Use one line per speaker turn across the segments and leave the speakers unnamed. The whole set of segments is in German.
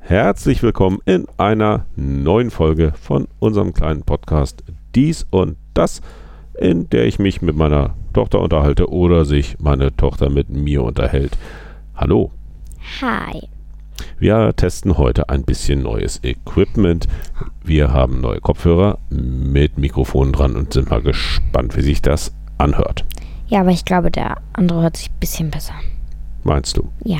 Herzlich willkommen in einer neuen Folge von unserem kleinen Podcast Dies und Das, in der ich mich mit meiner Tochter unterhalte oder sich meine Tochter mit mir unterhält. Hallo,
Hi.
wir testen heute ein bisschen neues Equipment. Wir haben neue Kopfhörer mit Mikrofonen dran und sind mal gespannt, wie sich das anhört.
Ja, aber ich glaube, der andere hört sich ein bisschen besser.
Meinst du?
Ja,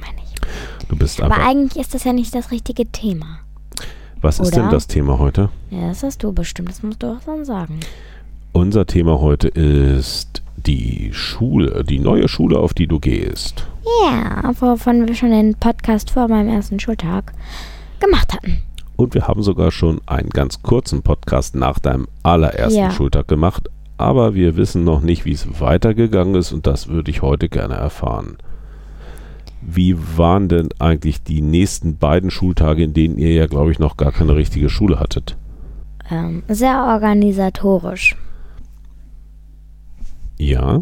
meine ich.
Du bist
Aber
einfach.
eigentlich ist das ja nicht das richtige Thema.
Was ist
oder?
denn das Thema heute?
Ja, das hast du bestimmt. Das musst du auch dann sagen.
Unser Thema heute ist die Schule, die neue Schule, auf die du gehst.
Ja, wovon wir schon den Podcast vor meinem ersten Schultag gemacht hatten.
Und wir haben sogar schon einen ganz kurzen Podcast nach deinem allerersten
Ja.
Schultag gemacht. Aber wir wissen noch nicht, wie es weitergegangen ist und das würde ich heute gerne erfahren. Wie waren denn eigentlich die nächsten beiden Schultage, in denen ihr ja, glaube ich, noch gar keine richtige Schule hattet?
Ähm, sehr organisatorisch.
Ja.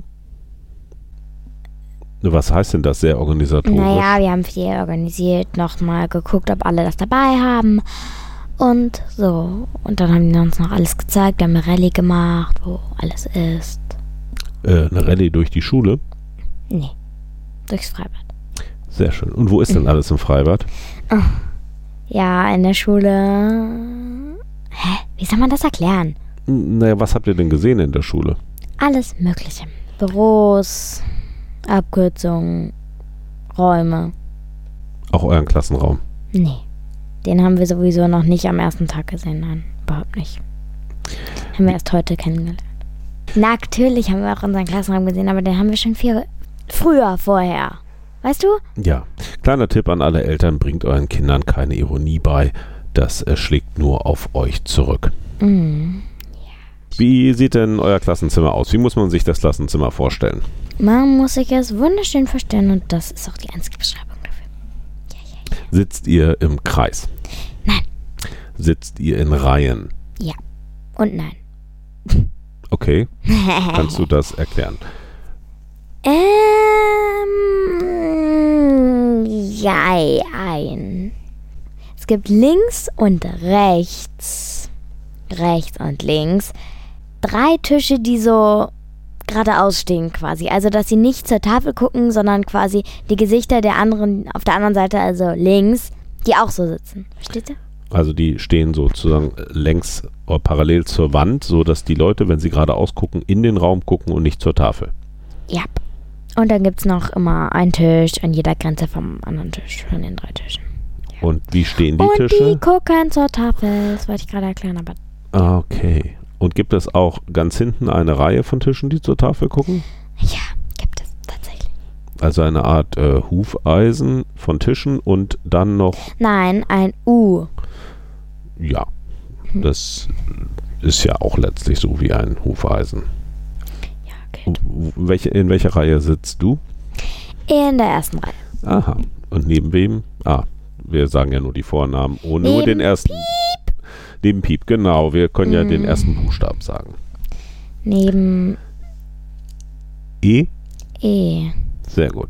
Was heißt denn das sehr organisatorisch?
Naja, wir haben viel organisiert, nochmal geguckt, ob alle das dabei haben. Und so. Und dann haben die uns noch alles gezeigt. Wir haben eine Rallye gemacht, wo alles ist.
Äh, eine Rallye durch die Schule.
Nee. Durchs Freibad.
Sehr schön. Und wo ist denn alles im Freibad?
Ja, in der Schule. Hä? Wie soll man das erklären?
N- Naja, was habt ihr denn gesehen in der Schule?
Alles Mögliche. Büros, Abkürzungen, Räume.
Auch euren Klassenraum.
Nee. Den haben wir sowieso noch nicht am ersten Tag gesehen. Nein, überhaupt nicht. Haben wir erst heute kennengelernt. Natürlich haben wir auch unseren Klassenraum gesehen, aber den haben wir schon viel früher vorher. Weißt du?
Ja. Kleiner Tipp an alle Eltern, bringt euren Kindern keine Ironie bei. Das äh, schlägt nur auf euch zurück.
Mhm.
Wie sieht denn euer Klassenzimmer aus? Wie muss man sich das Klassenzimmer vorstellen?
Man muss sich es wunderschön verstehen und das ist auch die einzige Beschreibung dafür.
Sitzt ihr im Kreis?
Nein.
Sitzt ihr in Reihen?
Und nein.
Okay, kannst du das erklären?
Ähm, jei, ein. Es gibt links und rechts. Rechts und links. Drei Tische, die so geradeaus stehen quasi. Also, dass sie nicht zur Tafel gucken, sondern quasi die Gesichter der anderen auf der anderen Seite, also links, die auch so sitzen. Versteht ihr?
Also die stehen sozusagen äh, längs oder parallel zur Wand, sodass die Leute, wenn sie geradeaus gucken, in den Raum gucken und nicht zur Tafel.
Ja. Und dann gibt es noch immer einen Tisch an jeder Grenze vom anderen Tisch, von den drei Tischen.
Und wie stehen die
und
Tische?
die gucken zur Tafel. Das wollte ich gerade erklären, aber
Ah, okay. Und gibt es auch ganz hinten eine Reihe von Tischen, die zur Tafel gucken?
Ja, gibt es tatsächlich.
Also eine Art äh, Hufeisen von Tischen und dann noch,
Nein, ein U.
ja, das ist ja auch letztlich so wie ein Hufeisen.
Ja, okay.
W- w- Welche, in welcher Reihe sitzt du?
In der ersten Reihe.
Aha. Und neben wem? Ah, wir sagen ja nur die Vornamen, ohne nur
Neben
den ersten. Neben Piep, genau. Wir können ja den ersten Buchstaben sagen.
Neben
E,
E.
sehr gut.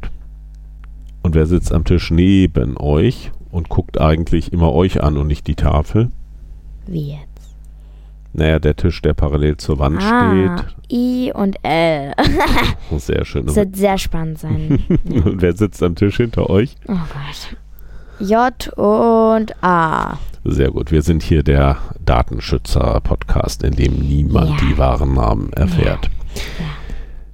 Und wer sitzt am Tisch neben euch und guckt eigentlich immer euch an und nicht die Tafel?
Wie jetzt?
Naja, der Tisch, der parallel zur Wand
Ah, I und L.
steht. Sehr schön.
Das wird sehr spannend sein.
Und wer sitzt am Tisch hinter euch?
oh Gott. J und A.
Sehr gut. Wir sind hier der Datenschützer-Podcast, in dem niemand
Ja.
die wahren Namen erfährt.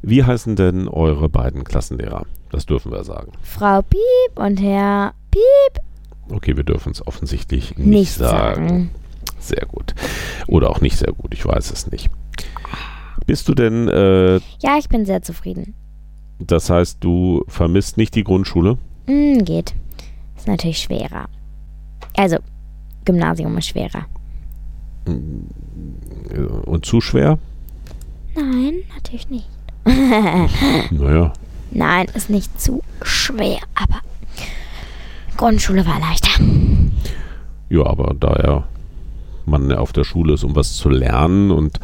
Wie heißen denn eure beiden Klassenlehrer? Das dürfen wir sagen.
Frau Piep und Herr Piep.
Okay, wir dürfen es offensichtlich nicht,
Nicht
sagen.
sagen.
Sehr gut. Oder auch nicht sehr gut, ich weiß es nicht. Bist du denn, äh,
Ja, ich bin sehr zufrieden.
das heißt, du vermisst nicht die Grundschule?
Hm, geht. Ist natürlich schwerer. Also, Gymnasium ist schwerer.
Äh, Und zu schwer?
Nein, natürlich nicht.
Naja,
Nein, ist nicht zu schwer, aber Grundschule war leichter.
Ja, aber da ja man auf der Schule ist, um was zu lernen und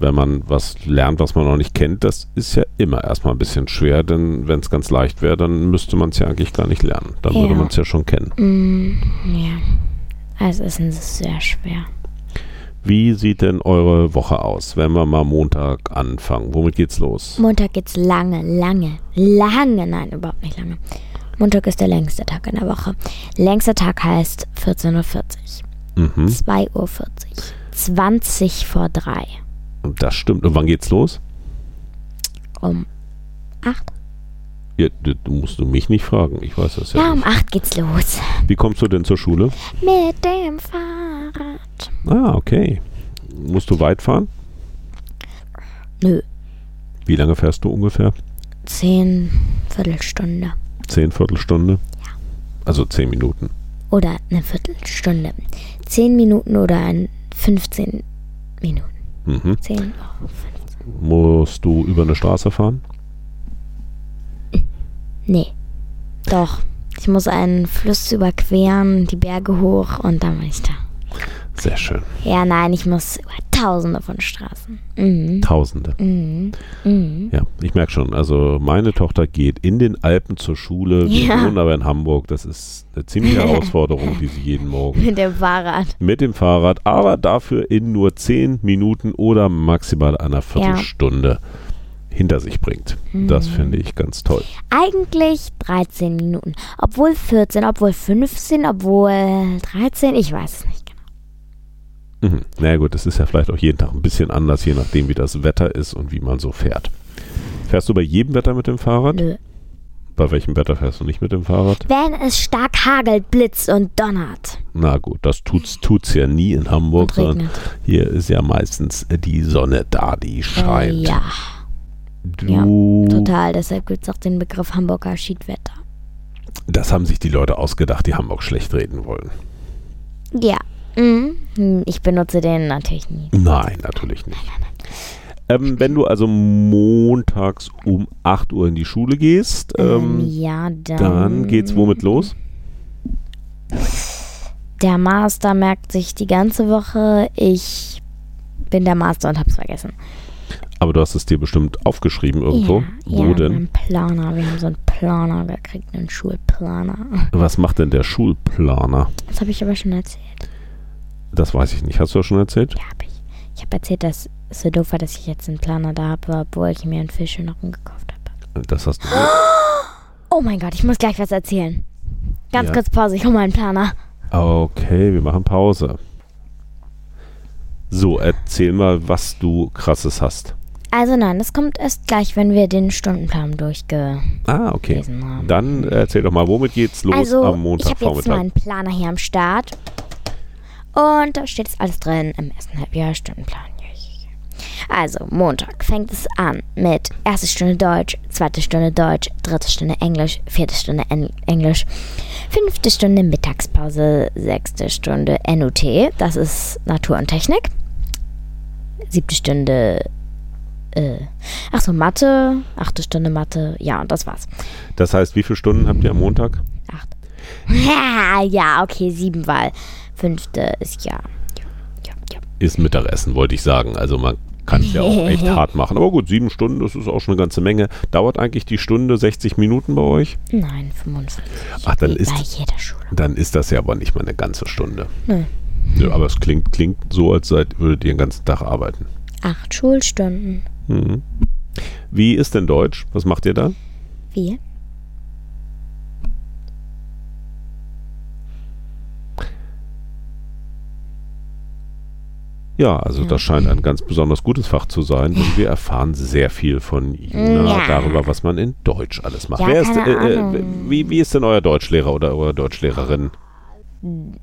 wenn man was lernt, was man noch nicht kennt, das ist ja immer erstmal ein bisschen schwer, denn wenn es ganz leicht wäre, dann müsste man es ja eigentlich gar nicht lernen. Dann würde
Ja.
man es ja schon kennen.
Mm, ja. Also es ist sehr schwer.
Wie sieht denn eure Woche aus, wenn wir mal Montag anfangen? Womit geht's los?
Montag geht's lange, lange, lange, nein, überhaupt nicht lange. Montag ist der längste Tag in der Woche. Längster Tag heißt 14.40 Uhr,
Mhm,
2.40 Uhr, 20 vor 3,
Mhm, das stimmt. Und wann geht's los?
um 8.
Ja, das musst du mich nicht fragen. Ich weiß das ja.
Ja,
nicht.
um 8 geht's los.
Wie kommst du denn zur Schule?
Mit dem Fahrrad.
Ah, okay. Musst du weit fahren?
Nö,
Wie lange fährst du ungefähr?
10 Viertelstunde.
Zehn Viertelstunde? Ja. Also zehn Minuten.
Oder eine Viertelstunde. 10 Minuten oder ein 15 Minuten.
Mhm.
10. Oh,
Musst du über eine Straße fahren?
nee. Doch. Ich muss einen Fluss überqueren, die Berge hoch und dann bin ich da.
Sehr schön.
Ja, nein, ich muss über tausende von Straßen. Mhm.
Tausende.
Mhm. Mhm.
Ja, ich merke schon. Also meine Tochter geht in den Alpen zur Schule. Wir
Ja.
wohnen aber in Hamburg. Das ist eine ziemliche Herausforderung, die sie jeden Morgen
Mit dem Fahrrad.
mit dem Fahrrad, aber dafür in nur zehn Minuten oder maximal einer Viertelstunde hinter sich bringt.
Mhm.
Das finde ich ganz toll.
Eigentlich 13 Minuten. Obwohl 14, obwohl 15, obwohl 13, ich weiß es nicht. genau.
Mhm. Na ja, gut, das ist ja vielleicht auch jeden Tag ein bisschen anders, je nachdem, wie das Wetter ist und wie man so fährt. Fährst du bei jedem Wetter mit dem Fahrrad?
Nö.
Bei welchem Wetter fährst du nicht mit dem Fahrrad?
Wenn es stark hagelt, blitzt und donnert
Na gut, das tut's, tut's ja nie in Hamburg,
und
sondern
regnet.
Hier ist ja meistens die Sonne da, die
Äh,
scheint.
ja,
Du,
total. Deshalb gibt es auch den Begriff Hamburger Schiedwetter.
das haben sich die Leute ausgedacht, die Hamburg schlecht reden wollen.
Ja. Mhm. Ich benutze den natürlich nie.
Nein, natürlich nicht. Ähm, wenn du also montags um 8 Uhr in die Schule gehst, ähm,
Äh, ja, dann.
dann geht's womit los?
Der Master merkt sich die ganze Woche, ich bin der Master und hab's vergessen.
Aber du hast es dir bestimmt aufgeschrieben irgendwo.
Ja,
Wo
ja,
denn?
Ein Planer. Wir haben so einen Planer gekriegt, einen Schulplaner.
Was macht denn der Schulplaner?
Das habe ich aber schon erzählt.
Das weiß ich nicht. Hast du das schon erzählt?
Ja, hab ich. Ich habe erzählt, dass es so doof war, dass ich jetzt einen Planer da habe, obwohl ich mir einen Fisch in den Rücken gekauft habe.
Das hast du nicht.
Oh mein Gott, ich muss gleich was erzählen. Ganz
Ja.
kurz Pause, ich hole mal einen Planer.
Okay, wir machen Pause. So, erzähl mal, was du krasses hast.
Also nein, das kommt erst gleich, wenn wir den Stundenplan durchgelesen
Ah, okay.
haben.
Dann erzähl doch mal, womit geht's los
also,
am
ich habe jetzt
Montagvormittag?
meinen Planer hier am Start. Und da steht jetzt alles drin im ersten Halbjahr Stundenplan. Also, Montag fängt es an mit erste Stunde Deutsch, zweite Stunde Deutsch, dritte Stunde Englisch, vierte Stunde en Englisch, fünfte Stunde Mittagspause, sechste Stunde NUT, das ist Natur und Technik, siebte Stunde, äh, ach so, Mathe, achte Stunde Mathe, ja, und das war's.
Das heißt, wie viele Stunden habt ihr am Montag?
Acht. Ja, ja, okay, sieben, weil fünfte ist ja. Ja, ja,
Ist Mittagessen, wollte ich sagen. Also man kann es ja auch echt hart machen. Aber gut, sieben Stunden, das ist auch schon eine ganze Menge. Dauert eigentlich die Stunde 60 Minuten bei euch?
ja. Nein, 55.
Ach, dann
Wie bei
ist,
jeder Schule.
dann ist das ja aber nicht mal eine ganze Stunde.
Nö.
Nö, aber es klingt, klingt so, als seid, würdet ihr den ganzen Tag arbeiten.
Acht Schulstunden.
Mhm. Wie ist denn Deutsch? Was macht ihr da?
Wie?
Ja, also das scheint ein ganz besonders gutes Fach zu sein und wir erfahren sehr viel von Juna
Ja.
darüber, was man in Deutsch alles macht.
Ja,
Wer ist,
keine
äh, äh,
Ahnung.
wie, wie ist denn euer Deutschlehrer oder eure Deutschlehrerin?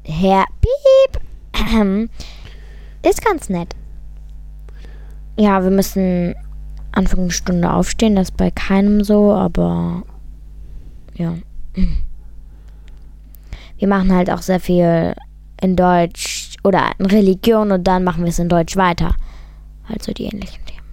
Herr Piep. Ahem. Ist ganz nett. Ja, wir müssen Anfang der Stunde aufstehen, das ist bei keinem so, aber ja. Wir machen halt auch sehr viel in Deutsch oder in Religion und dann machen wir es in Deutsch weiter. Also die ähnlichen Themen.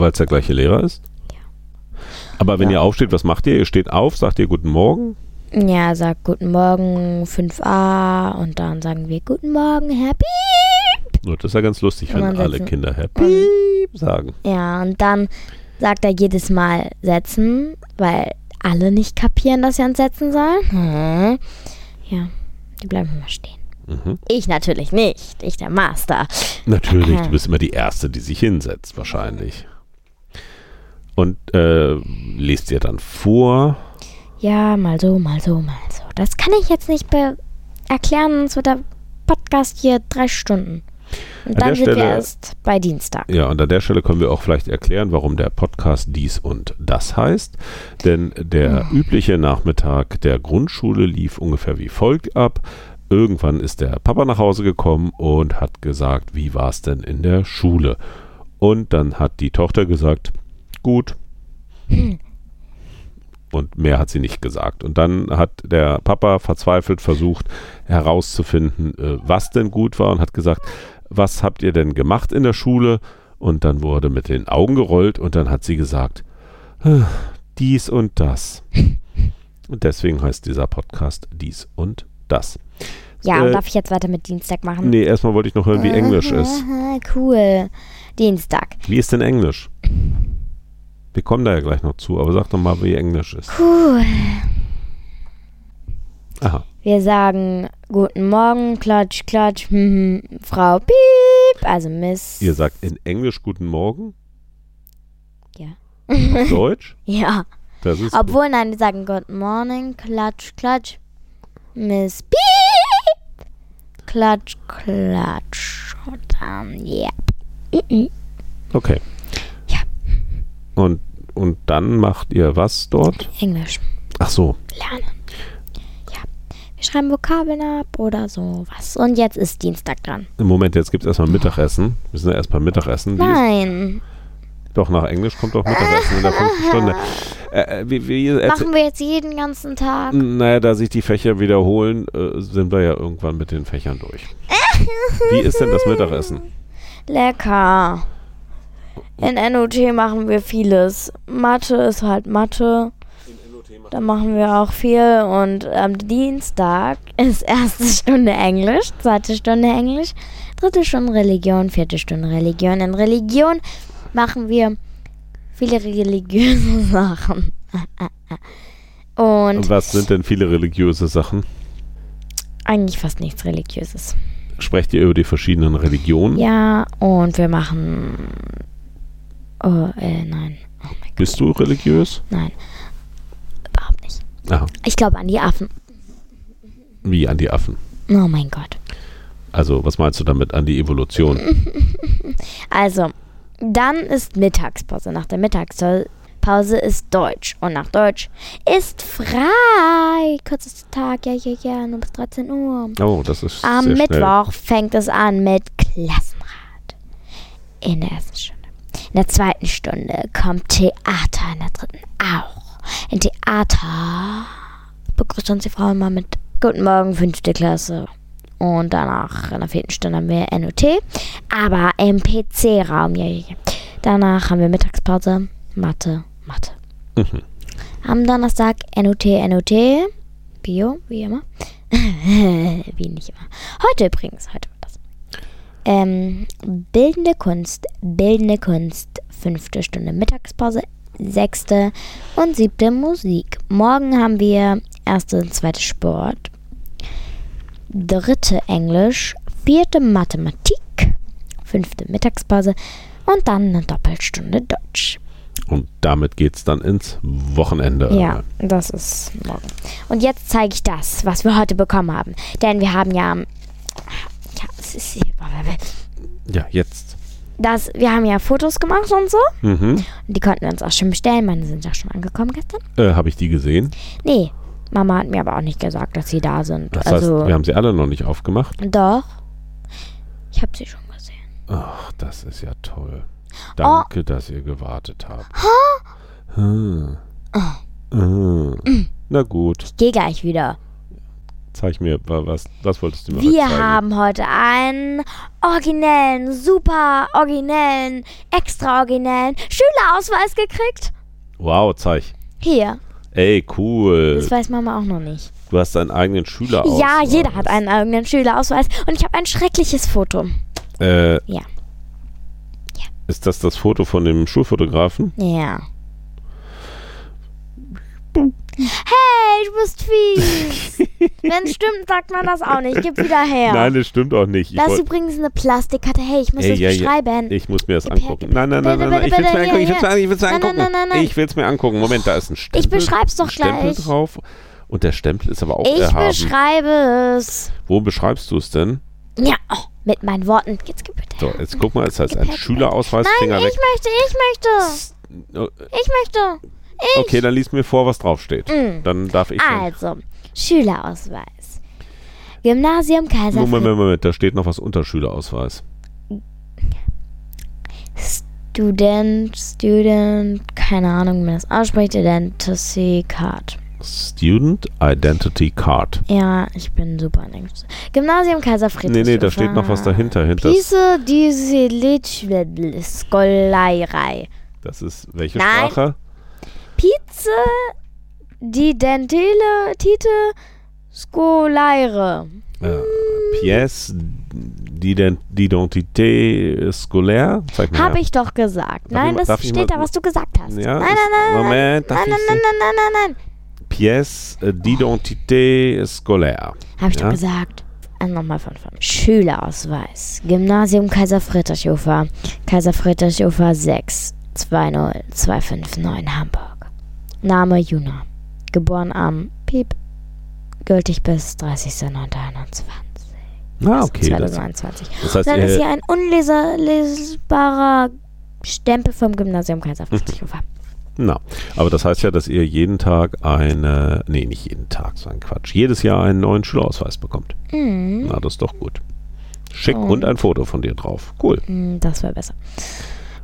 Weil es der gleiche Lehrer ist?
Ja.
Aber wenn
Ja.
ihr aufsteht, was macht ihr? Ihr steht auf, sagt ihr Guten Morgen?
Ja, sagt Guten Morgen 5a und dann sagen wir Guten Morgen, Herr Piep.
Nur Oh, das ist ja ganz lustig,
Und
wenn
dann
alle
sitzen-
Kinder happy
Und
sagen.
Ja, und dann sagt er jedes Mal setzen, weil alle nicht kapieren, dass sie ans Setzen sollen. Hm. Ja, die bleiben immer stehen.
Mhm.
Ich natürlich nicht. Ich der Master.
Natürlich,
Aha.
du bist immer die Erste, die sich hinsetzt, wahrscheinlich. Und äh, lest dir dann vor.
Ja, mal so, mal so, mal so. Das kann ich jetzt nicht be erklären, sonst wird der Podcast hier drei Stunden. Und
An
dann
der
sind wir
Stelle-
erst bei Dienstag.
Ja, und an der Stelle können wir auch vielleicht erklären, warum der Podcast dies und das heißt. Denn der übliche Nachmittag der Grundschule lief ungefähr wie folgt ab. Irgendwann ist der Papa nach Hause gekommen und hat gesagt, wie war es denn in der Schule? Und dann hat die Tochter gesagt, gut. Und mehr hat sie nicht gesagt. Und dann hat der Papa verzweifelt versucht herauszufinden, äh, was denn gut war und hat gesagt, was habt ihr denn gemacht in der Schule? Und dann wurde mit den Augen gerollt und dann hat sie gesagt, "Ah, dies und das. Und deswegen heißt dieser Podcast dies und das.
Ja, und
Äh,
darf ich jetzt weiter mit Dienstag machen?
Nee, erstmal wollte ich noch hören, wie Englisch ist.
Aha, Cool. Dienstag.
Wie ist denn Englisch? Wir kommen da ja gleich noch zu, aber sag doch mal, wie Englisch ist.
Puh.
Aha.
Wir sagen Guten Morgen, Klatsch, Klatsch, hm, hm, Frau Piep, also Miss.
Ihr sagt in Englisch Guten Morgen?
Ja.
Auf Deutsch?
Ja.
Das ist
Obwohl, nein, wir sagen Good Morning, Klatsch, Klatsch, Miss Piep, Klatsch, Klatsch. Und dann, ja.
Okay.
Ja.
Und, und dann macht ihr was dort?
Englisch
Ach so,
lernen. Ja. Wir schreiben Vokabeln ab oder sowas. Und jetzt ist Dienstag dran.
Im Moment, jetzt gibt es erstmal Mittagessen. Wir sind ja erstmal Mittagessen. Wie
Nein.
Ist, doch, nach Englisch kommt auch Mittagessen in der fünften Stunde. Äh, äh, wie, wie, erzähl,
Machen wir jetzt jeden ganzen Tag.
naja, da sich die Fächer wiederholen, äh, sind wir ja irgendwann mit den Fächern durch. Wie ist denn das Mittagessen?
Lecker. In NOT machen wir vieles. Mathe ist halt Mathe. Da machen wir auch viel. Und am Dienstag ist erste Stunde Englisch, zweite Stunde Englisch, dritte Stunde Religion, vierte Stunde Religion. In Religion machen wir viele religiöse Sachen. Und
Und was sind denn viele religiöse Sachen?
eigentlich fast nichts Religiöses.
Sprecht ihr über die verschiedenen Religionen?
Ja, und wir machen. Oh, äh, nein. Oh mein Gott.
Bist du religiös?
Nein. Überhaupt nicht.
Aha,
Ich glaube an die Affen.
wie an die Affen.
Oh mein Gott.
Also, was meinst du damit? An die Evolution?
Mhm. Also, dann ist Mittagspause. Nach der Mittagspause ist Deutsch. Und nach Deutsch ist frei. Kürzester Tag. Ja, ja, ja. Nur bis 13 Uhr.
Oh, das ist
Am
sehr schnell.
Mittwoch fängt es an mit Klassenrat. In der ersten Stunde. In der zweiten Stunde kommt Theater, in der dritten auch. In Theater begrüßt uns die Frau immer mit Guten Morgen, fünfte Klasse. Und danach, in der vierten Stunde, haben wir NOT. Aber im PC-Raum, ja, ja, ja. Danach haben wir Mittagspause, Mathe, Mathe.
Mhm.
Am Donnerstag NOT, NOT, Bio, wie immer. wie nicht immer. Heute übrigens, heute war das. Ähm, bildende Kunst, bildende Kunst, fünfte Stunde Mittagspause, sechste und siebte Musik. Morgen haben wir erste und zweite Sport, dritte Englisch, vierte Mathematik, fünfte Mittagspause und dann eine Doppelstunde Deutsch.
Und damit geht's dann ins Wochenende.
Ja, das ist morgen. Und jetzt zeige ich das, was wir heute bekommen haben. Denn wir haben ja. ja es ist hier,
Ja, jetzt.
das, wir haben ja Fotos gemacht und so.
Mhm.
Die konnten wir uns auch schon bestellen. Meine sind ja schon angekommen gestern.
Äh, Habe ich die gesehen?
Nee, Mama hat mir aber auch nicht gesagt, dass sie da sind.
Das
also,
heißt, wir haben sie alle noch nicht aufgemacht.
doch. Ich habe sie schon gesehen.
Ach, das ist ja toll.
Oh.
Danke, dass ihr gewartet habt. Hm.
Oh. Mhm.
Hm. Na gut,
Geh gleich wieder.
zeig mir, wa- was, was wolltest du mir
Wir
heute zeigen?
haben heute einen originellen, super originellen, extra originellen Schülerausweis gekriegt.
Wow, zeig.
Hier.
Ey, cool.
Das weiß Mama auch noch nicht.
Du hast deinen eigenen Schüler aus.
Ja, jeder hat einen eigenen Schülerausweis und ich habe ein schreckliches Foto.
Äh,
Ja.
Ist das das Foto von dem Schulfotografen?
Ja. Hey, du bist fies. Wenn es stimmt, sagt man das auch nicht. Gib wieder her.
Nein, das stimmt auch nicht. Ich
das ist
wollt-
übrigens eine Plastikkarte. Hey, ich muss
Ey,
das
ja, ja.
beschreiben.
ich muss mir das
Gib her,
angucken.
gib her.
Nein, nein, nein,
Bitte,
nein, nein. Ich
bitte,
will's mir
bitte,
angucken. Ich will's
ja,
mir angucken. Ich will's mir
Nein, nein,
angucken.
nein, nein, nein.
Ich will's mir angucken. Moment, da ist ein Stempel.
beschreib's doch
ein Stempel
gleich.
drauf. Und der Stempel ist aber auch
Ich
erhaben.
beschreibe es.
Wo beschreibst du es denn?
Ja, oh, mit meinen Worten. Jetzt gib bitte
So,
her.
jetzt guck mal, es heißt
Gib
ein
her, gib
Schülerausweis,
Nein,
Finger
ich
weg.
möchte, ich möchte. Ich möchte. Ich.
Okay, dann lies mir vor, was draufsteht.
Mm.
Dann darf ich. dann-
Also, Schülerausweis. Gymnasium Kaiser
Moment, Moment, Moment, da steht noch was unter Schülerausweis.
Student, Student, keine Ahnung, wie man das ausspricht, Identity Card.
Student Identity Card.
Ja, ich bin super in Englisch. Gymnasium Kaiser Friedrich.
Nee, nee, da steht noch was dahinter. Hinter
Diese, diese Litschwedel- Skolerei.
das ist welche
Nein.
Sprache?
Pizza, die Dentele, Tite, Skoleire.
Äh, Pièce d'ident- d'identité scolaire. Zeig mir
Habe
her.
ich doch gesagt.
ich
Nein,
mal-
das
darf ich
steht
mal-
da, was du gesagt hast.
Ja,
nein, nein,
ist-
nein, nein.
Moment, darf
nein,
ich
nein, nein,
sehen?
nein, nein, nein, nein.
Pièce d'identité scolaire.
Habe ich
Ja.
doch gesagt. Also nochmal von vorn. Schülerausweis. Gymnasium Kaiser Friedrichhofer. Kaiser Friedrichhofer 6 20259 Hamburg. Name Juna. Geboren am Piep. Gültig bis 30.09.21.
Ah, okay. Das,
2021.
das heißt,
Dann ist
äh,
hier ein unlesbarer Stempel vom Gymnasium Kaiser Friedrichhofer.
na, aber das heißt ja, dass ihr jeden Tag eine, nee, nicht jeden Tag, so ein Quatsch, jedes Jahr einen neuen Schülerausweis bekommt.
Mhm.
Na, das ist doch gut. Schick
Oh.
und ein Foto von dir drauf. Cool.
Mm, Das war besser.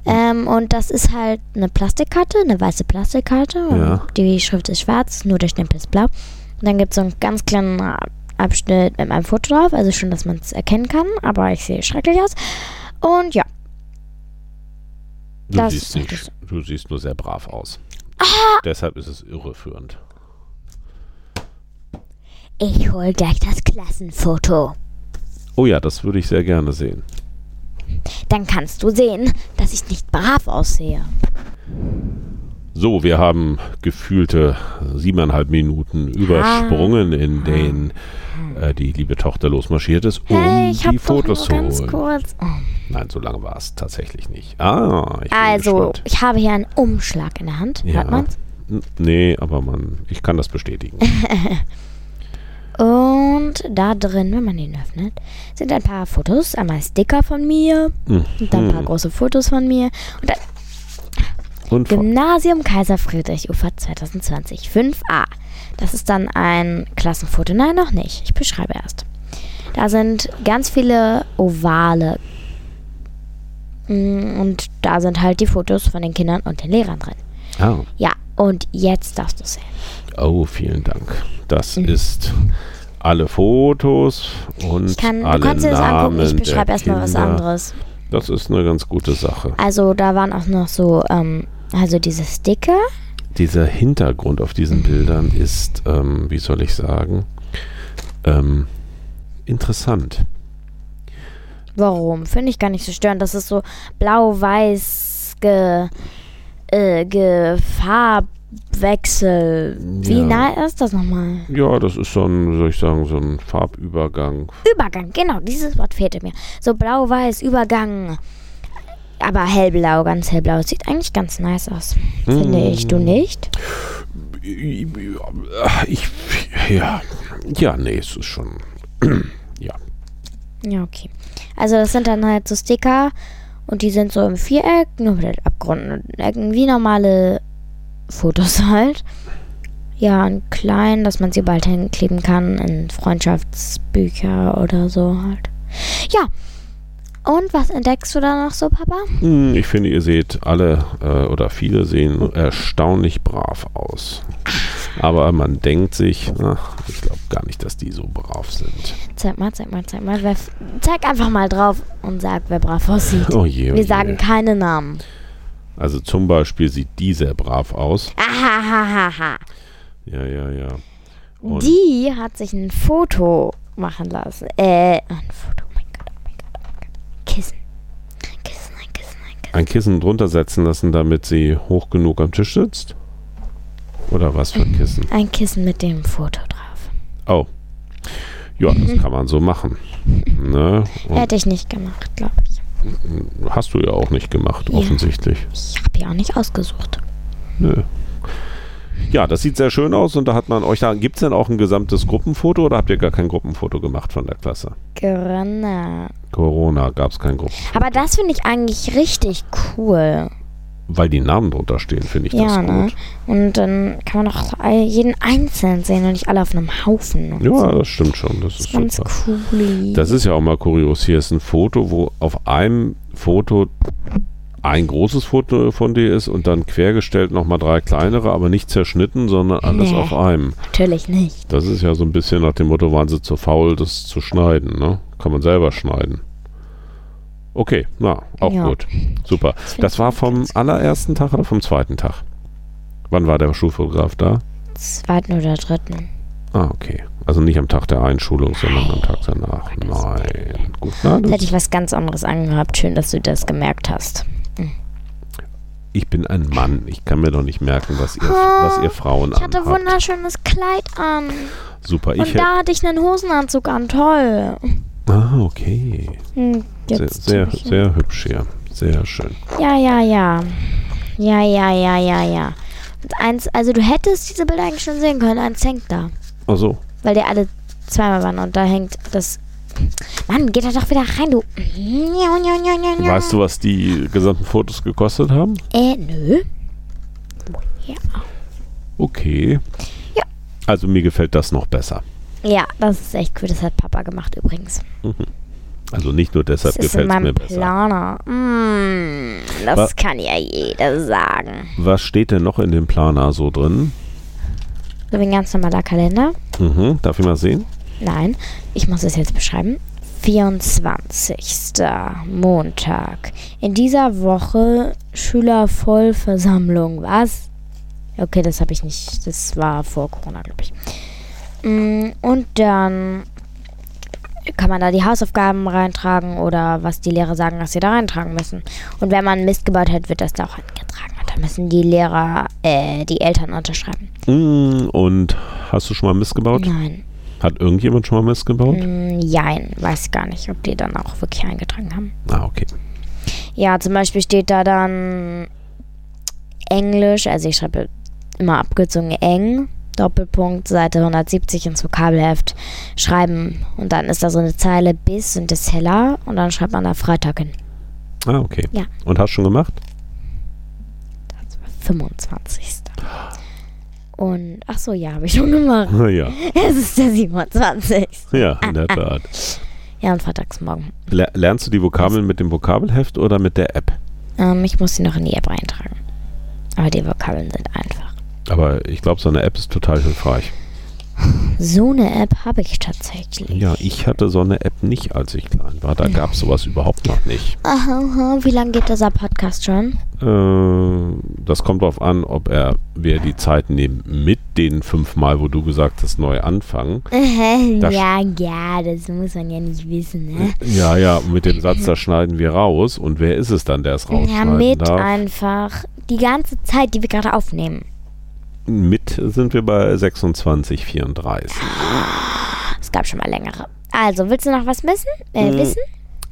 Ähm, und das ist halt eine Plastikkarte, eine weiße Plastikkarte. Und
Ja.
Die Schrift ist schwarz, nur der Stempel ist blau. Und dann gibt es so einen ganz kleinen Abschnitt mit meinem Foto drauf. Also schon, dass man es erkennen kann, aber ich sehe schrecklich aus. Und ja,
Du,
Das Ah!
siehst,
ist richtig
nicht, du siehst nur sehr brav aus. Deshalb ist es irreführend.
ich hole gleich das Klassenfoto.
Oh ja, das würde ich sehr gerne sehen.
Dann kannst du sehen, dass ich nicht brav aussehe.
So, wir haben gefühlte siebeneinhalb Minuten übersprungen, in denen äh, die liebe Tochter losmarschiert ist, um
hey, ich
die
habe doch
Fotos zu
nur ganz
holen.
kurz. Oh.
Nein, so lange war es tatsächlich nicht. Ah, ich bin
Also,
gespannt.
ich habe hier einen Umschlag in der Hand.
Ja.
Hört man's?
N- Nee, aber man, ich kann das bestätigen.
Und da drin, wenn man ihn öffnet, sind ein paar Fotos. Einmal Sticker von mir und dann ein paar
Mhm.
große Fotos von mir. Und dann
Und vor-
Gymnasium Kaiser Friedrich Ufer 2020 5a. Das ist dann ein Klassenfoto. Nein, noch nicht. Ich beschreibe erst. Da sind ganz viele Ovale. Mm, Und da sind halt die Fotos von den Kindern und den Lehrern drin.
ah,
Ja, und jetzt darfst du sehen.
oh, vielen Dank. Das
Mhm.
ist alle Fotos und
Ich kann,
alle
du kannst dir das
Namen
angucken. Ich
der
beschreibe erstmal was
Kinder.
anderes.
Das ist eine ganz gute Sache.
Also da waren auch noch so, ähm, also diese Sticker.
dieser Hintergrund auf diesen Bildern ist, ähm, wie soll ich sagen, ähm, interessant.
Warum? Finde ich gar nicht so störend. Das ist so blau-weiß ge, äh, ge Farbwechsel. Wie
Ja.
nah ist das nochmal?
Ja, das ist so ein, wie soll ich sagen, so ein Farbübergang.
Übergang, genau, dieses Wort fehlte mir. So blau-weiß, Übergang. Aber hellblau, ganz hellblau. Es sieht eigentlich ganz nice aus. Finde
Mm.
ich, du nicht?
Ich, ja, ja, nee, es ist schon, ja.
Ja, okay. Also das sind dann halt so Sticker und die sind so im Viereck, nur mit den Abgründen und Ecken, wie normale Fotos halt. Ja, in klein, dass man sie bald hinkleben kann in Freundschaftsbücher oder so halt. Ja. Und was entdeckst du da noch so, Papa?
Hm, Ich finde, ihr seht alle äh, oder viele sehen erstaunlich brav aus. Aber man denkt sich, ach, ich glaube gar nicht, dass die so brav sind.
Zeig mal, zeig mal, zeig mal. Wer f- zeig einfach mal drauf und sag, wer brav aussieht.
Oh je, oh je.
Wir sagen keine Namen.
Also zum Beispiel sieht die sehr brav aus.
Ahahaha.
Ja, ja, ja. Und-
Die hat sich ein Foto machen lassen. Äh, ein Foto, oh mein Gott, oh mein Gott, oh mein Gott. Kissen. Kissen, ein Kissen, ein Kissen.
ein Kissen drunter setzen lassen, damit sie hoch genug am Tisch sitzt? Oder was für ein Kissen?
Ein Kissen mit dem Foto drauf.
Oh. Ja, das
Mhm.
kann man so machen. Ne? Und
Hätte ich nicht gemacht, glaube ich.
hast du ja auch nicht gemacht,
Äh, Ja.
offensichtlich.
Ich habe ja auch nicht ausgesucht.
Nö. Ja, das sieht sehr schön aus und da hat man euch da. Gibt es denn auch ein gesamtes Gruppenfoto oder habt ihr gar kein Gruppenfoto gemacht von der Klasse?
Genau.
Corona gab es kein Gruppenfoto.
Aber das finde ich eigentlich richtig cool.
Weil die Namen drunter stehen, finde ich das
ja,
gut.
ne? Und dann kann man auch all- jeden einzeln sehen und nicht alle auf einem Haufen. und so.
Ja, das stimmt schon. Das ist
Ganz
super.
cool.
Das ist ja auch mal kurios. Hier ist ein Foto, wo auf einem Foto ein großes Foto von dir ist und dann quergestellt nochmal drei kleinere, aber nicht zerschnitten, sondern alles
Nee.
auf einem.
Natürlich nicht.
Das ist ja so ein bisschen nach dem Motto, waren sie zu faul, das zu schneiden. Ne? Kann man selber schneiden. Okay, na, auch
Ja.
gut. Super.
find
Das
ich
war
auch
vom
ganz cool.
allerersten Tag oder vom zweiten Tag? Wann war der Schulfotograf da?
Zweiten oder dritten.
Ah, okay. Also nicht am Tag der Einschulung, sondern am Tag danach.
Oh,
Nein. Gut, nein,
Jetzt
das
hätte ich was ganz anderes angehabt. Schön, dass du das gemerkt hast.
Ich bin ein Mann. Ich kann mir doch nicht merken, was ihr, was ihr Frauen
Ich hatte
anhabt.
wunderschönes Kleid an.
Super. Ich
Und
hätte.
da hatte ich einen Hosenanzug an. Toll.
Ah, okay.
Hm,
Sehr,
Jetzt
sehr,
hab ich-
sehr hübsch hier. Sehr schön.
Ja, ja, ja. Ja, ja, ja, ja, ja. Und eins, also du hättest diese Bilder eigentlich schon sehen können. Eins hängt da.
Ach so.
Weil die alle zweimal waren und da hängt das. Mann, geht da doch wieder rein, du.
Weißt du, was die gesamten Fotos gekostet haben?
Äh, nö.
Okay.
Ja.
Also mir gefällt das noch besser.
Ja, das ist echt cool. Das hat Papa gemacht übrigens.
Also nicht nur
Das
deshalb
ist in
gefällt es mir
meinem
besser.
Planer. Mm, das
Was-
kann ja jeder sagen.
Was steht denn noch in dem Planer so drin?
So wie ein ganz normaler Kalender.
Mhm. Darf ich mal sehen?
Nein, ich muss es jetzt beschreiben. 24. Montag. In dieser Woche Schülervollversammlung. Was? Okay, das habe ich nicht. Das war vor Corona, glaube ich. Mm, Und dann kann man da die Hausaufgaben reintragen oder was die Lehrer sagen, was sie da reintragen müssen. Und wenn man Mist gebaut hat, wird das da auch eingetragen. Und da müssen die Lehrer, äh, die Eltern unterschreiben.
Mm, Und hast du schon mal missgebaut?
Nein.
Hat irgendjemand schon mal missgebaut?
Mm, Jein, weiß gar nicht, ob die dann auch wirklich eingetragen haben.
Ah, okay.
Ja, zum Beispiel steht da dann Englisch, also ich schreibe immer abgezogen eng, Doppelpunkt, Seite 170 ins Vokabelheft, schreiben und dann ist da so eine Zeile bis und das heller und dann schreibt man da Freitag hin.
Ah, okay.
Ja.
Und hast schon gemacht?
25. Und, ach so, ja, habe ich schon gemacht.
Ja,
Es ist der 27.
ja, in der Tat.
Ja, und freitagsmorgen.
Le- Lernst du die Vokabeln mit dem Vokabelheft oder mit der App?
Ähm, ich muss sie noch in die App eintragen. Aber die Vokabeln sind einfach.
Aber ich glaube, so eine App ist total hilfreich.
So eine App habe ich tatsächlich.
Ja, ich hatte so eine App nicht, als ich klein war. Da gab es sowas überhaupt noch nicht.
Aha, aha. Wie lange geht dieser Podcast schon?
Äh, das kommt darauf an, ob er, wir die Zeit nehmen mit den fünfmal, wo du gesagt hast, neu anfangen. Das-
ja, ja, das muss man ja nicht wissen, ne?
Ja, ja, mit dem Satz, das schneiden wir raus. Und wer ist es dann, der es
Ja,
rausschneiden
mit
darf?
einfach. Die ganze Zeit, die wir gerade aufnehmen.
Mit sind wir bei 26, 34.
Es gab schon mal längere. Also, willst du noch was wissen? Äh,
Mm.
wissen?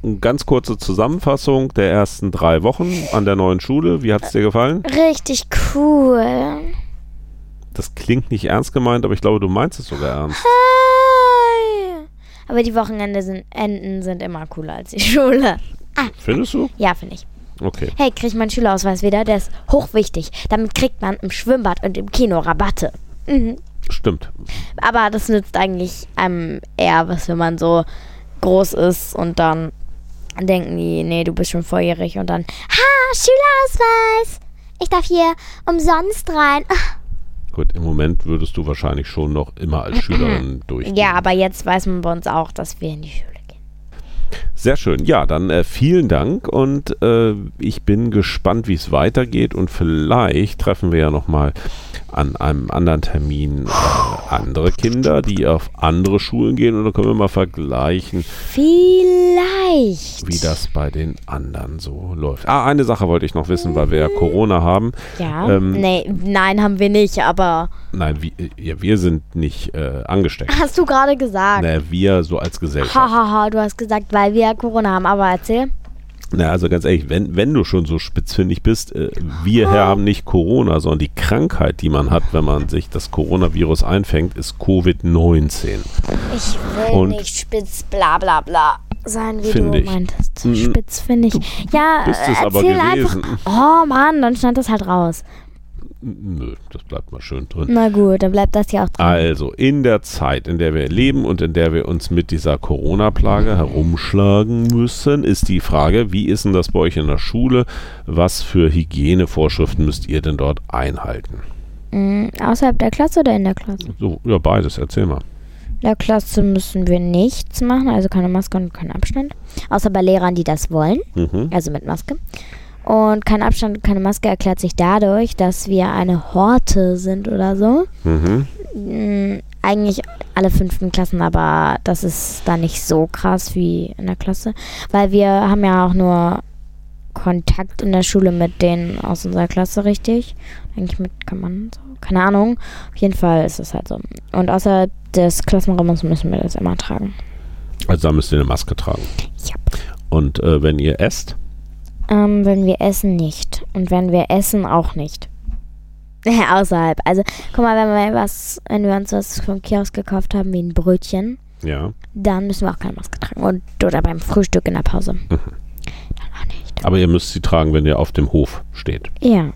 Eine ganz kurze Zusammenfassung der ersten drei Wochen an der neuen Schule. Wie hat es dir gefallen?
Richtig cool.
Das klingt nicht ernst gemeint, aber ich glaube, du meinst es sogar ernst.
Hi. Aber die Wochenende sind, Enden sind immer cooler als die Schule.
Findest du?
Ja, finde ich.
Okay.
Hey, krieg ich meinen Schülerausweis wieder? Der ist hochwichtig. Damit kriegt man im Schwimmbad und im Kino Rabatte. Mhm.
Stimmt.
Aber das nützt eigentlich einem eher was, wenn man so groß ist und dann denken die, nee, du bist schon volljährig und dann, ha, Schülerausweis! Ich darf hier umsonst rein.
Gut, im Moment würdest du wahrscheinlich schon noch immer als Schülerin durch.
Ja, aber jetzt weiß man bei uns auch, dass wir in die Schule gehen.
Sehr schön. Ja, dann äh, vielen Dank und äh, ich bin gespannt, wie es weitergeht und vielleicht treffen wir ja noch mal an einem anderen Termin äh, andere Kinder, die auf andere Schulen gehen und dann können wir mal vergleichen,
Vielleicht.
wie das bei den anderen so läuft. Ah, eine Sache wollte ich noch wissen, weil wir ja Corona haben.
Ja.
Ähm,
nee, nein, haben wir nicht, aber
Nein, wir, ja, wir sind nicht äh, angesteckt.
hast du gerade gesagt.
Na, wir so als Gesellschaft.
Hahaha, ha, ha, du hast gesagt, weil wir ja Corona haben, aber erzähl.
Na, also ganz ehrlich, wenn, wenn du schon so spitzfindig bist, äh, wir hier haben nicht Corona, sondern die Krankheit, die man hat, wenn man sich das Coronavirus einfängt, ist Covid-19.
Ich will
Und-
nicht spitz bla bla bla sein, wie
Find
du
ich.
meintest.
Mhm.
Spitz finde ich. Ja,
bist
äh,
es aber
erzähl
gewesen.
einfach. Oh Mann, dann schneid das halt raus.
Nö, das bleibt mal schön drin.
Na gut, dann bleibt das hier auch drin.
Also, in der Zeit, in der wir leben und in der wir uns mit dieser Corona-Plage herumschlagen müssen, ist die Frage, wie ist denn das bei euch in der Schule? Was für Hygienevorschriften müsst ihr denn dort einhalten?
Mhm,
Ah.
außerhalb der Klasse oder in der Klasse?
So, ja, beides, erzähl mal.
In der Klasse müssen wir nichts machen, also keine Maske und keinen Abstand. Außer bei Lehrern, die das wollen,
Mhm.
also mit Maske. Und kein Abstand und keine Maske erklärt sich dadurch, dass wir eine Horte sind oder so.
Mhm.
Mm, Eigentlich alle fünften Klassen, aber das ist da nicht so krass wie in der Klasse. Weil wir haben ja auch nur Kontakt in der Schule mit denen aus unserer Klasse, richtig? Eigentlich mit, kann man so, keine Ahnung. Auf jeden Fall ist es halt so. Und außer des Klassenraumes müssen wir das immer tragen.
Also, da müsst ihr eine Maske tragen.
Ja.
Und äh, wenn ihr esst,
Ähm, wenn wir essen, nicht. Und wenn wir essen, auch nicht. Außerhalb. Also, guck mal, wenn wir, was, wenn wir uns was vom Kiosk gekauft haben, wie ein Brötchen,
ja.
dann müssen wir auch keine Maske tragen. Und, oder beim Frühstück in der Pause.
Mhm.
Dann auch nicht.
Aber ihr müsst sie tragen, wenn ihr auf dem Hof steht.
Ja,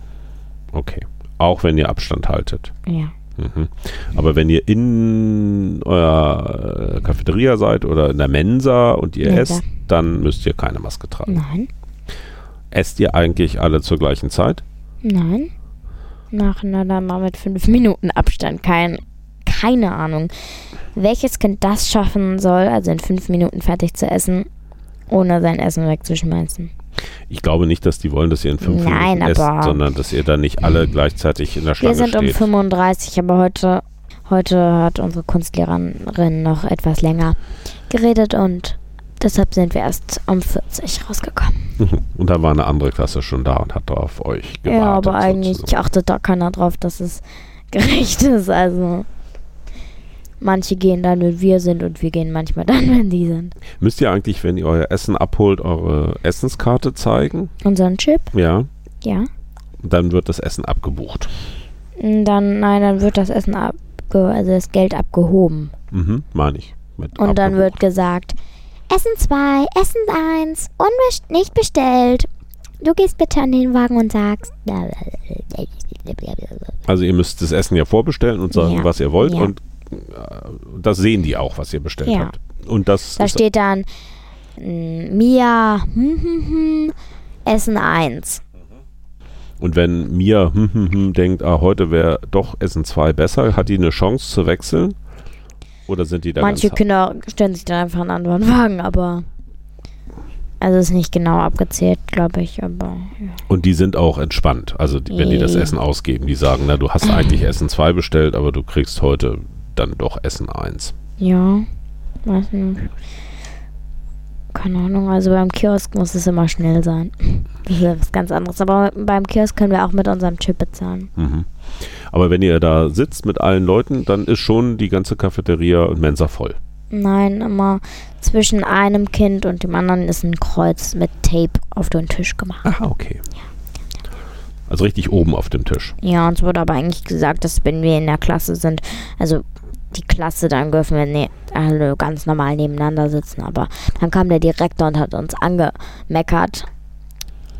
Okay. Auch wenn ihr Abstand haltet.
ja.
Mhm. Aber wenn ihr in eurer äh, Cafeteria seid oder in der Mensa und ihr
Mensa.
esst, dann müsst ihr keine Maske tragen.
Nein,
Esst ihr eigentlich alle zur gleichen Zeit?
nein. Nacheinander mal mit fünf Minuten Abstand. Kein, keine Ahnung. Welches Kind das schaffen soll, also in fünf Minuten fertig zu essen, ohne sein Essen wegzuschmeißen.
Ich glaube nicht, dass die wollen, dass ihr in fünf
Nein,
Minuten esst,
aber-
sondern dass ihr dann nicht alle gleichzeitig in der Schlange
Wir sind um
steht.
35, aber heute, heute hat unsere Kunstlehrerin noch etwas länger geredet und deshalb sind wir erst um 40 rausgekommen.
und da war eine andere Klasse schon da und hat auf euch gewartet.
ja, aber eigentlich
sozusagen.
achtet da keiner drauf, dass es gerecht ist. Also manche gehen dann, wenn wir sind und wir gehen manchmal dann, wenn die sind.
Müsst ihr eigentlich, wenn ihr euer Essen abholt, eure Essenskarte zeigen?
Unseren Chip,
Ja.
ja.
Dann wird das Essen abgebucht.
Und Dann, nein, dann wird das Essen abge, also das Geld abgehoben.
Mhm, meine ich. Mit
Und dann
abgebucht.
wird gesagt, Essen 2, Essen 1, unbest nicht bestellt. Du gehst bitte an den Wagen und sagst.
Also ihr müsst das Essen ja vorbestellen und sagen,
Ja.
was ihr wollt.
Ja.
Und äh, das sehen die auch, was ihr bestellt
Ja.
habt. Und das
Da
ist,
steht dann mm, Mia hm, hm, hm, Essen 1.
und wenn Mia hm, hm, hm, denkt, ah, heute wäre doch Essen 2 besser, hat die eine Chance zu wechseln? Oder sind die da
Manche
ganz
Kinder stellen sich dann einfach einen anderen Wagen, aber. Also ist nicht genau abgezählt, glaube ich, aber.
Und die sind auch entspannt. Also die, wenn die das
Nee.
Essen ausgeben, die sagen, na, du hast eigentlich Essen 2 bestellt, aber du kriegst heute dann doch Essen 1.
Ja, weiß nicht. Keine Ahnung, also beim Kiosk muss es immer schnell sein. Das ist ja was ganz anderes. Aber beim Kiosk können wir auch mit unserem Chip bezahlen.
Mhm. Aber wenn ihr da sitzt mit allen Leuten, dann ist schon die ganze Cafeteria und Mensa voll.
Nein, immer zwischen einem Kind und dem anderen ist ein Kreuz mit Tape auf den Tisch gemacht.
Aha, okay. Also richtig oben auf dem Tisch.
Ja, uns wurde aber eigentlich gesagt, dass wenn wir in der Klasse sind, also die Klasse, dann dürfen wir ne alle ganz normal nebeneinander sitzen. Aber dann kam der Direktor und hat uns angemeckert.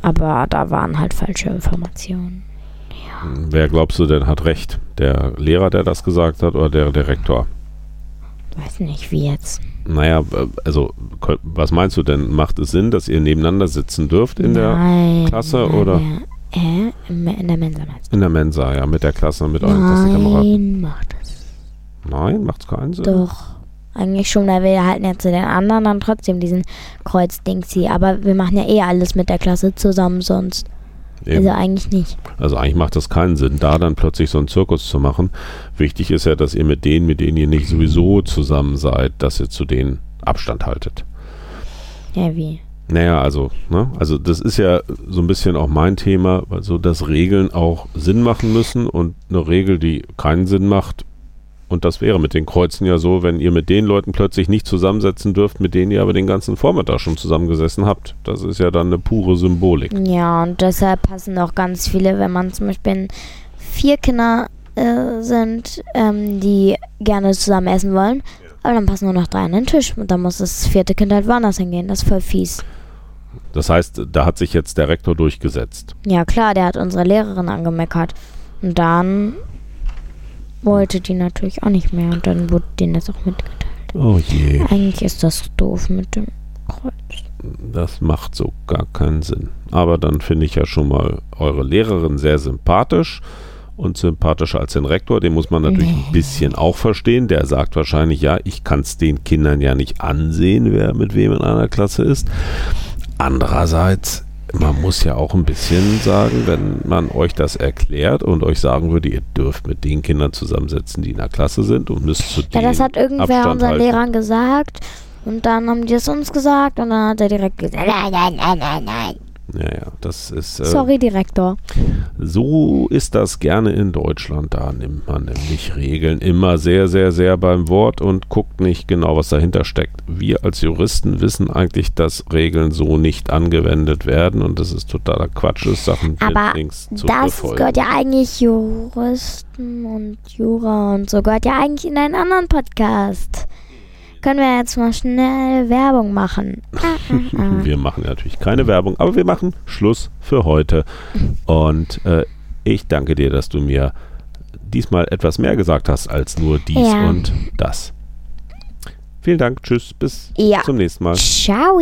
Aber da waren halt falsche Informationen.
Mhm. Wer glaubst du denn hat recht? Der Lehrer, der das gesagt hat, oder der Direktor?
Weiß nicht, wie jetzt.
Naja, äh, also ko- was meinst du denn? Macht es Sinn, dass ihr nebeneinander sitzen dürft in der
Nein,
Klasse,
nein,
oder?
ja. Hä? Im- In der Mensa meinst
in der Mensa, ja, mit der Klasse, mit
du?
euren Klassenkameraden?
Nein, macht es
Nein, macht's keinen Sinn.
doch. Eigentlich schon, weil wir halten ja zu den anderen dann trotzdem diesen Kreuzdings hier. Aber wir machen ja eh alles mit der Klasse zusammen sonst.
Eben.
Also eigentlich nicht.
Also eigentlich macht das keinen Sinn, da dann plötzlich so einen Zirkus zu machen. Wichtig ist ja, dass ihr mit denen, mit denen ihr nicht sowieso zusammen seid, dass ihr zu denen Abstand haltet.
Ja, wie?
Naja, also, ne? also das ist ja so ein bisschen auch mein Thema, also dass Regeln auch Sinn machen müssen und eine Regel, die keinen Sinn macht, und das wäre mit den Kreuzen ja so, wenn ihr mit den Leuten plötzlich nicht zusammensetzen dürft, mit denen ihr aber den ganzen Vormittag schon zusammengesessen habt. Das ist ja dann eine pure Symbolik.
Ja, und deshalb passen auch ganz viele, wenn man zum Beispiel vier Kinder äh, sind, ähm, die gerne zusammen essen wollen. Aber dann passen nur noch drei an den Tisch und dann muss das vierte Kind halt woanders hingehen. Das ist voll fies.
Das heißt, da hat sich jetzt der Rektor durchgesetzt.
Ja klar, der hat unsere Lehrerin angemeckert. Und dann wollte die natürlich auch nicht mehr und dann wurde denen das auch mitgeteilt.
Oh je,
Eigentlich ist das doof mit dem Kreuz.
das macht so gar keinen Sinn. Aber dann finde ich ja schon mal eure Lehrerin sehr sympathisch und sympathischer als den Rektor. Den muss man natürlich ein bisschen auch verstehen. Der sagt wahrscheinlich, ja, ich kann es den Kindern ja nicht ansehen, wer mit wem in einer Klasse ist. Andererseits, man muss ja auch ein bisschen sagen, wenn man euch das erklärt und euch sagen würde, ihr dürft mit den Kindern zusammensetzen, die in der Klasse sind und müsst zu
Ja,
denen
das hat irgendwer
Abstand
unseren
halten.
Lehrern gesagt und dann haben die es uns gesagt und dann hat er direkt gesagt, nein, nein, nein, nein, nein.
Ja, ja, das ist... äh,
Sorry, Direktor.
So ist das gerne in Deutschland. Da nimmt man nämlich Regeln immer sehr, sehr, sehr beim Wort und guckt nicht genau, was dahinter steckt. Wir als Juristen wissen eigentlich, dass Regeln so nicht angewendet werden und das ist totaler Quatsch, ist Sachen
Aber
links zu
Das
befolgen.
gehört ja eigentlich Juristen und Jura und so gehört ja eigentlich in einen anderen Podcast. Können wir jetzt mal schnell Werbung machen? Ah, ah, ah.
Wir machen natürlich keine Werbung, aber wir machen Schluss für heute. Und äh, ich danke dir, dass du mir diesmal etwas mehr gesagt hast als nur dies
Ja.
und das. Vielen Dank, tschüss, bis
Ja.
zum nächsten Mal.
Ciao.